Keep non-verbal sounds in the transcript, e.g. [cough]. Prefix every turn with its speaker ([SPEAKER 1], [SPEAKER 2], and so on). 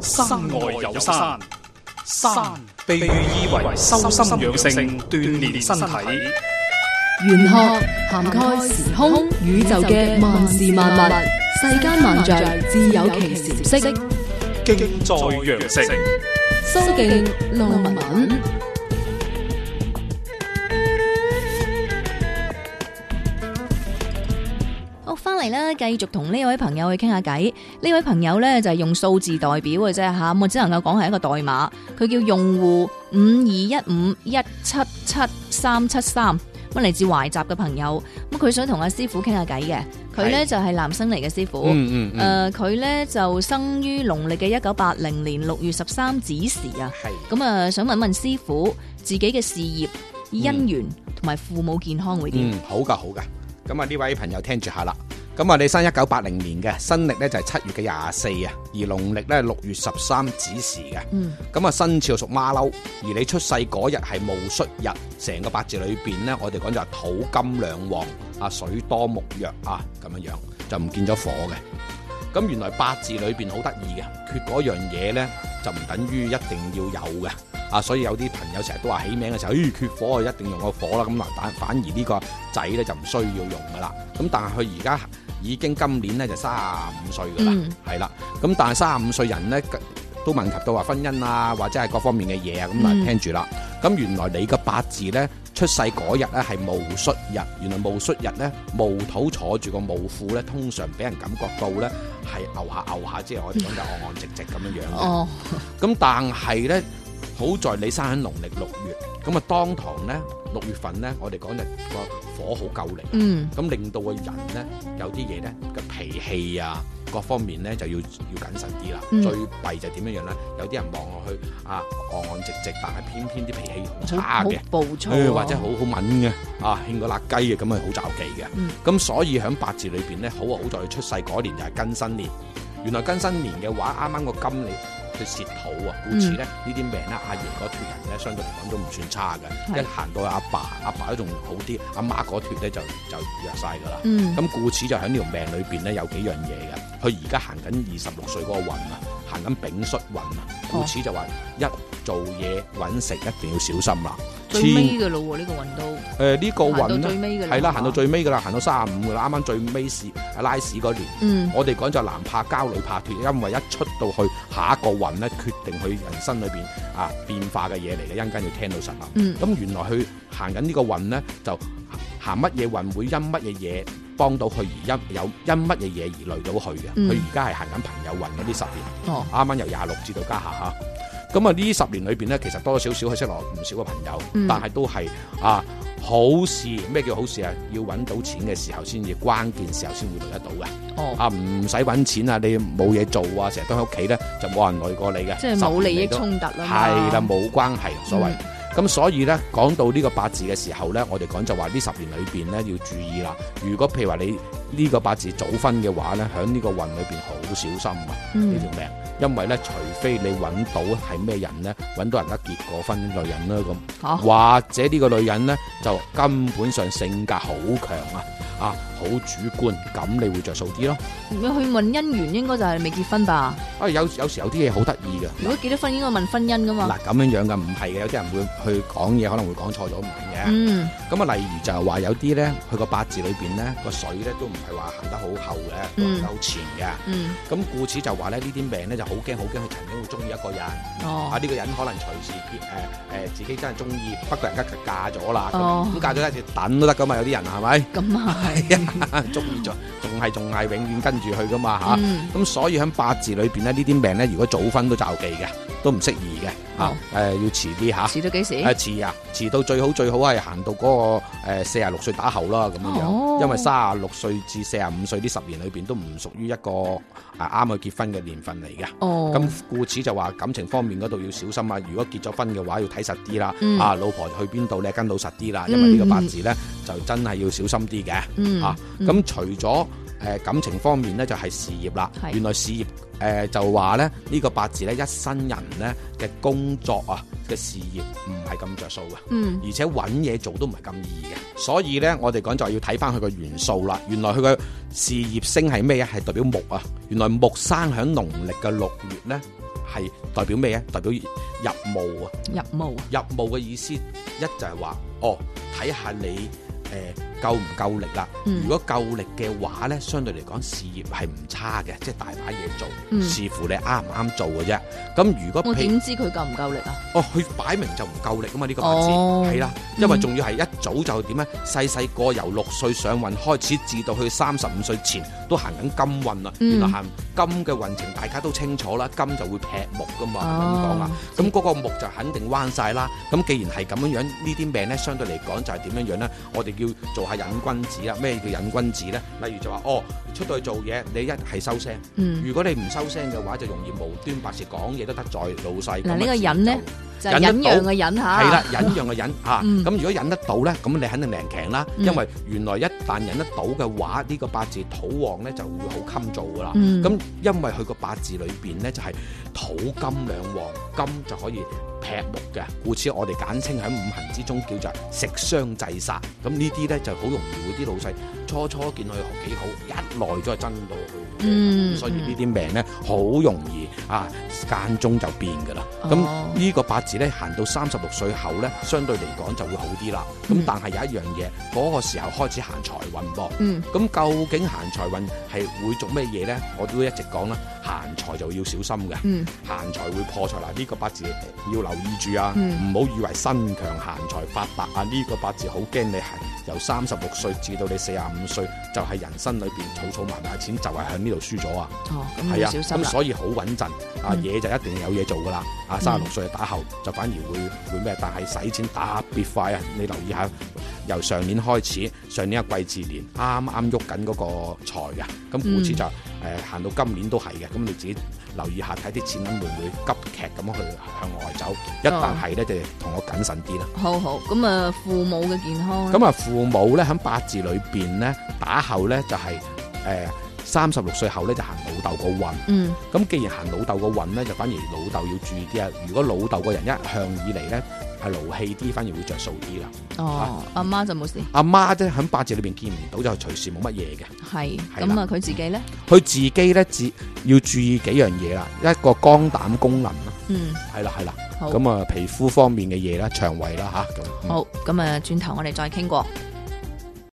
[SPEAKER 1] 山外有山，山被喻意為修心養性、鍛煉身體。
[SPEAKER 2] 玄學涵蓋時空宇宙嘅萬事萬物，世間萬象自有其時色。
[SPEAKER 1] 敬在羊城，
[SPEAKER 2] 蘇敬路文。
[SPEAKER 3] 好，翻嚟啦，繼續同呢位朋友去傾下偈。呢位朋友呢，就係用數字代表嘅啫吓，咁我啊只能夠講係一個代碼。佢叫用戶五二一五一七七三七三，咁嚟自懷集嘅朋友。咁佢想同阿師傅傾下偈嘅，佢呢，
[SPEAKER 1] 係
[SPEAKER 3] 就係男生嚟嘅師傅。
[SPEAKER 1] 嗯
[SPEAKER 3] 誒呃佢咧就生於農曆嘅一九八零年六月十三子時啊，
[SPEAKER 4] 嗯
[SPEAKER 1] 係
[SPEAKER 3] 咁啊想問問師傅自己嘅事業、姻緣同埋父母健康會點？
[SPEAKER 4] 嗯，好噶，好噶。咁啊，呢位朋友聽住下啦。咁啊，你生一九八零年嘅，新歷呢就係七月嘅廿四啊，而農曆呢六月十三子時嘅。
[SPEAKER 3] 嗯，
[SPEAKER 4] 咁啊，生肖屬馬騮，而你出世嗰日係戊戌日，成個八字裏邊呢，我哋講就係土金兩旺啊，水多木弱啊，咁樣樣就唔見咗火嘅。咁原來八字裏邊好得意嘅，缺嗰樣嘢呢，就唔等於一定要有嘅。啊，所以有啲朋友成日都話起名嘅時候，咦、缺火啊，一定用個火啦。咁嗱，反反而呢個仔呢，就唔需要用噶啦。咁但係佢而家已經今年呢，就三十五歲噶啦
[SPEAKER 3] 嗯，
[SPEAKER 4] 係啦、咁但係三十五歲人呢，都問及到話婚姻啊，或者係各方面嘅嘢啊。咁
[SPEAKER 3] 嗯
[SPEAKER 4] 嗱，聽住啦。咁原來你個八字呢，出世嗰日呢係戊戌日，原來戊戌日呢，戊土坐住個戊庫呢，通常俾人感覺到呢係牛下牛下，即係我哋講就昂昂直直咁樣樣嘅。
[SPEAKER 3] 哦，
[SPEAKER 4] 咁但係呢，好在你生喺農曆六月，咁啊當堂呢，六月份呢，我哋講就個火好夠力，
[SPEAKER 3] 嗯，
[SPEAKER 4] 咁令到個人呢，有啲嘢呢，個脾氣啊各方面呢，就要要謹慎啲啦。
[SPEAKER 3] 嗯
[SPEAKER 4] 最弊就點樣樣呢？有啲人望落去啊昂昂直直，但係偏偏啲脾氣好
[SPEAKER 3] 好
[SPEAKER 4] 差
[SPEAKER 3] 好
[SPEAKER 4] 嘅。
[SPEAKER 3] 暴躁啊，
[SPEAKER 4] 誒或者好好敏嘅，啊興個辣雞嘅，咁係好罩忌嘅。
[SPEAKER 3] 嗯
[SPEAKER 4] 咁、所以喺八字裏邊咧，好啊好在佢出世嗰年就係庚申年。原來庚申年嘅話，啱啱個金你佢蝕土啊，
[SPEAKER 3] 嗯
[SPEAKER 4] 故此咧呢啲命咧，阿爺嗰脱人咧，相對嚟講都唔算差嘅。
[SPEAKER 3] 係
[SPEAKER 4] 一行到阿爸，阿爸都仲好啲，阿媽嗰脱咧就就弱晒㗎啦。
[SPEAKER 3] 嗯，
[SPEAKER 4] 咁故此就喺呢條命裏邊咧有幾樣嘢嘅，佢而家行緊二十六歲嗰個運啊，行緊丙戌運啊，故此就話一做嘢揾食一定要小心啦，
[SPEAKER 3] 最
[SPEAKER 4] 千
[SPEAKER 3] 尾嘅咯喎，呢個運都
[SPEAKER 4] 誒呢個
[SPEAKER 3] 行到
[SPEAKER 4] 運
[SPEAKER 3] 最
[SPEAKER 4] 咧，
[SPEAKER 3] 尾嘅
[SPEAKER 4] 啊係啦，行到，最尾噶啦，行到三十五噶啦，啱啱最尾市拉屎嗰年，
[SPEAKER 3] 嗯
[SPEAKER 4] 我哋講就男怕交，女怕脱，因為一出到去下一個運咧，決定佢人生裏邊啊變化嘅嘢嚟嘅，一陣間要聽到實啦。
[SPEAKER 3] 嗯
[SPEAKER 4] 咁原來佢行緊呢個運咧，就行乜嘢運會因乜嘢嘢幫到佢而因有因乜嘢嘢而累到佢嘅。
[SPEAKER 3] 嗯
[SPEAKER 4] 佢而家係行緊朋友運嘅呢十年。
[SPEAKER 3] 哦，
[SPEAKER 4] 啱啱由廿六至到家下嚇。咁啊，呢十年裏邊咧，其實多多少少佢識落唔少嘅朋友，
[SPEAKER 3] 嗯
[SPEAKER 4] 但係都係啊好事。咩叫好事啊？要揾到錢嘅時候先至關鍵時候先會累得到嘅。
[SPEAKER 3] 哦，
[SPEAKER 4] 啊，唔使揾錢啊，你冇嘢做啊，成日都喺屋企咧，就冇人累過你嘅。
[SPEAKER 3] 即係冇利
[SPEAKER 4] 十年
[SPEAKER 3] 益
[SPEAKER 4] 嚟都
[SPEAKER 3] 衝突啦嗯嘛，
[SPEAKER 4] 係啦，冇關係所謂。咁、所以呢，講到呢個八字嘅時候呢，我哋講就話呢十年裏邊呢要注意啦。如果譬如話你呢個八字早婚嘅話呢，喺呢個運裏邊好小心啊
[SPEAKER 3] 嗯
[SPEAKER 4] 呢條命，因為呢，除非你揾到係咩人呢，揾到人得結過婚嘅女人啦咁。
[SPEAKER 3] 嚇，
[SPEAKER 4] 或者呢個女人呢，就根本上性格好強啊，啊好主觀，咁你會着數啲咯。
[SPEAKER 3] 如果去問姻緣應該就係未結婚吧？
[SPEAKER 4] 啊有有時有啲嘢好得意嘅。
[SPEAKER 3] 如果結咗婚應該問婚姻噶嘛？
[SPEAKER 4] 嗱咁樣樣嘅唔係嘅，有啲人會去講嘢，可能會講錯咗唔明嘅。
[SPEAKER 3] 嗯，
[SPEAKER 4] 咁啊，例如就係話有啲咧，佢個八字裏邊咧個水咧都唔係話行得好厚嘅，都行得好前嘅。
[SPEAKER 3] 嗯，
[SPEAKER 4] 咁故此就話咧，呢啲命咧就好驚，好驚佢曾經會中意一個人。啊，
[SPEAKER 3] 哦
[SPEAKER 4] 呢、，個人可能隨時結誒誒、呃自己真係中意，不過人家佢嫁咗啦。咁
[SPEAKER 3] 哦
[SPEAKER 4] 咁嫁咗一直等都得噶嘛，有啲人係咪？ [laughs]
[SPEAKER 3] 咁啊
[SPEAKER 4] 哎
[SPEAKER 3] 係，
[SPEAKER 4] 中意咗，仲係仲係永遠跟住佢噶嘛嚇。
[SPEAKER 3] 嗯，
[SPEAKER 4] 咁所以喺八字裏邊咧，呢啲命咧，如果早婚都就忌嘅，都唔適宜嘅。啊
[SPEAKER 3] 哦
[SPEAKER 4] 誒、要遲啲嚇。
[SPEAKER 3] 遲到幾時？
[SPEAKER 4] 啊遲啊，遲到最好最好係行到嗰、個誒四十六歲打後啦咁樣樣，
[SPEAKER 3] 哦
[SPEAKER 4] 因為三十六歲至四十五歲呢十年裏邊都唔屬於一個啊啱去結婚嘅年份嚟嘅。
[SPEAKER 3] 哦，
[SPEAKER 4] 咁故此就話感情方面嗰度要小心啊！如果結咗婚嘅話，要睇實啲啦。
[SPEAKER 3] 嗯
[SPEAKER 4] 啊，老婆去邊度咧，跟老實啲啦，
[SPEAKER 3] 嗯
[SPEAKER 4] 因為呢個八字咧就真係要小心啲嘅。
[SPEAKER 3] 嗯
[SPEAKER 4] 啊，
[SPEAKER 3] 嗯
[SPEAKER 4] 咁除咗誒感情方面咧就係事業啦
[SPEAKER 3] 係。
[SPEAKER 4] 原來事業誒、呃就話咧呢個八字咧一生人咧嘅工作啊嘅事業唔係咁着數嘅。
[SPEAKER 3] 嗯，
[SPEAKER 4] 而且揾嘢做都唔係咁易嘅，所以呢，我哋講就係要睇翻佢個元素啦。原來佢個事業星係咩啊？係代表木啊。原來木生響農曆嘅六月呢，係代表咩啊？代表入墓啊。
[SPEAKER 3] 入墓啊，
[SPEAKER 4] 入墓嘅意思一就係話，哦，睇下你誒、夠唔夠力啦。
[SPEAKER 3] 嗯
[SPEAKER 4] 如果夠力嘅話呢，相對嚟講事業係唔差嘅，即係大把嘢做，
[SPEAKER 3] 嗯
[SPEAKER 4] 視乎你啱唔啱做嘅啫。咁如果
[SPEAKER 3] 我
[SPEAKER 4] 譬
[SPEAKER 3] 點知佢夠唔夠力啊？
[SPEAKER 4] 哦，佢擺明就唔夠力啊嘛！呢、個八字
[SPEAKER 3] 哦
[SPEAKER 4] 係啦，因為
[SPEAKER 3] 嗯
[SPEAKER 4] 仲要係一早就點咧？啊細細個由六歲上運開始，至到去三十五歲前都行緊金運啦。
[SPEAKER 3] 嗯
[SPEAKER 4] 原來行金嘅運程大家都清楚啦，金就會劈木噶嘛，係咪咁講啊
[SPEAKER 3] 哦？
[SPEAKER 4] 咁嗰個木就肯定彎晒啦。咁既然係咁樣樣，呢啲命呢，相對嚟講就係點樣樣呢？我哋要做下隱君子啦。咩叫隱君子呢？例如就話哦，出到去做嘢，你一係收聲。
[SPEAKER 3] 嗯，
[SPEAKER 4] 如果你唔收聲嘅話，就容易無端白事講嘢都得罪老細。
[SPEAKER 3] 嗱
[SPEAKER 4] 咁
[SPEAKER 3] 呢個
[SPEAKER 4] 啊
[SPEAKER 3] 人呢
[SPEAKER 4] 就
[SPEAKER 3] 就係
[SPEAKER 4] 忍
[SPEAKER 3] 忍
[SPEAKER 4] 得到
[SPEAKER 3] 讓嘅忍嚇，
[SPEAKER 4] 係啦，忍讓嘅忍啊，
[SPEAKER 3] 啊嗯
[SPEAKER 4] 咁如果忍得到呢，咁你肯定靈強啦，
[SPEAKER 3] 嗯
[SPEAKER 4] 因為原來一旦忍得到嘅話，呢個八字土旺呢就會好襟做噶啦。
[SPEAKER 3] 嗯，
[SPEAKER 4] 咁因為佢個八字裏邊呢，就係土金兩旺，金就可以劈木嘅，故此我哋簡稱喺五行之中叫做食傷制殺。咁呢啲呢，就好容易會啲老細初初見佢幾好，一耐咗就憎到佢。
[SPEAKER 3] 嗯
[SPEAKER 4] 所以呢啲命呢，好容易啊間中就變噶啦。咁
[SPEAKER 3] 哦
[SPEAKER 4] 呢個八字咧行到三十六歲後咧，相對嚟講就會好啲啦。咁
[SPEAKER 3] 嗯
[SPEAKER 4] 但係有一樣嘢，嗰、個時候開始行財運噃。
[SPEAKER 3] 嗯
[SPEAKER 4] 咁究竟行財運係會做咩嘢呢？我都一直講啦，行財就要小心嘅，
[SPEAKER 3] 嗯
[SPEAKER 4] 行財會破財啦。呢、個八字要留意住啊，
[SPEAKER 3] 嗯
[SPEAKER 4] 唔好、以為身強行財發達啊！呢、個八字好驚你係由三十六歲至到你四十五歲，就係、人生裏邊儲儲埋埋錢，就係向呢度輸咗啊！
[SPEAKER 3] 哦，咁
[SPEAKER 4] 係
[SPEAKER 3] 要
[SPEAKER 4] 啊，
[SPEAKER 3] 小心
[SPEAKER 4] 咁
[SPEAKER 3] 啦，
[SPEAKER 4] 所以好穩陣啊，
[SPEAKER 3] 嗯
[SPEAKER 4] 嘢就一定有嘢做噶啦。啊，三十六歲打後就反而會會咩？但係使錢特別快啊！你留意下，由上年開始，上年嘅季節年啱啱喐緊嗰個財嘅，咁
[SPEAKER 3] 嗯
[SPEAKER 4] 故此就誒行到今年都係嘅。咁你自己留意下，睇啲錢銀會唔會急劇咁去向外走？一
[SPEAKER 3] 哦
[SPEAKER 4] 旦係咧，就同我謹慎啲啦。
[SPEAKER 3] 好好咁啊，父母嘅健康
[SPEAKER 4] 咁啊，父母咧喺八字裏邊咧打後咧就係誒三十六歲後咧就行老豆個運。
[SPEAKER 3] 嗯
[SPEAKER 4] 咁既然行老豆個運呢，就反而老豆要注意啲啊！如果老豆個人一向以嚟呢，係勞氣啲，反而會着數啲啦。
[SPEAKER 3] 哦，阿媽就冇事，
[SPEAKER 4] 阿媽咧喺八字裏邊見唔到就隨時冇乜嘢嘅。
[SPEAKER 3] 係
[SPEAKER 4] 係啦
[SPEAKER 3] 咁啊，佢自己咧，
[SPEAKER 4] 佢自己呢，自要注意幾樣嘢啦，一個肝膽功能啦，
[SPEAKER 3] 嗯
[SPEAKER 4] 係啦係啦，
[SPEAKER 3] 好。
[SPEAKER 4] 咁啊皮膚方面嘅嘢啦，腸胃啦吓咁。嗯
[SPEAKER 3] 呃好，咁啊，轉頭我哋再傾過。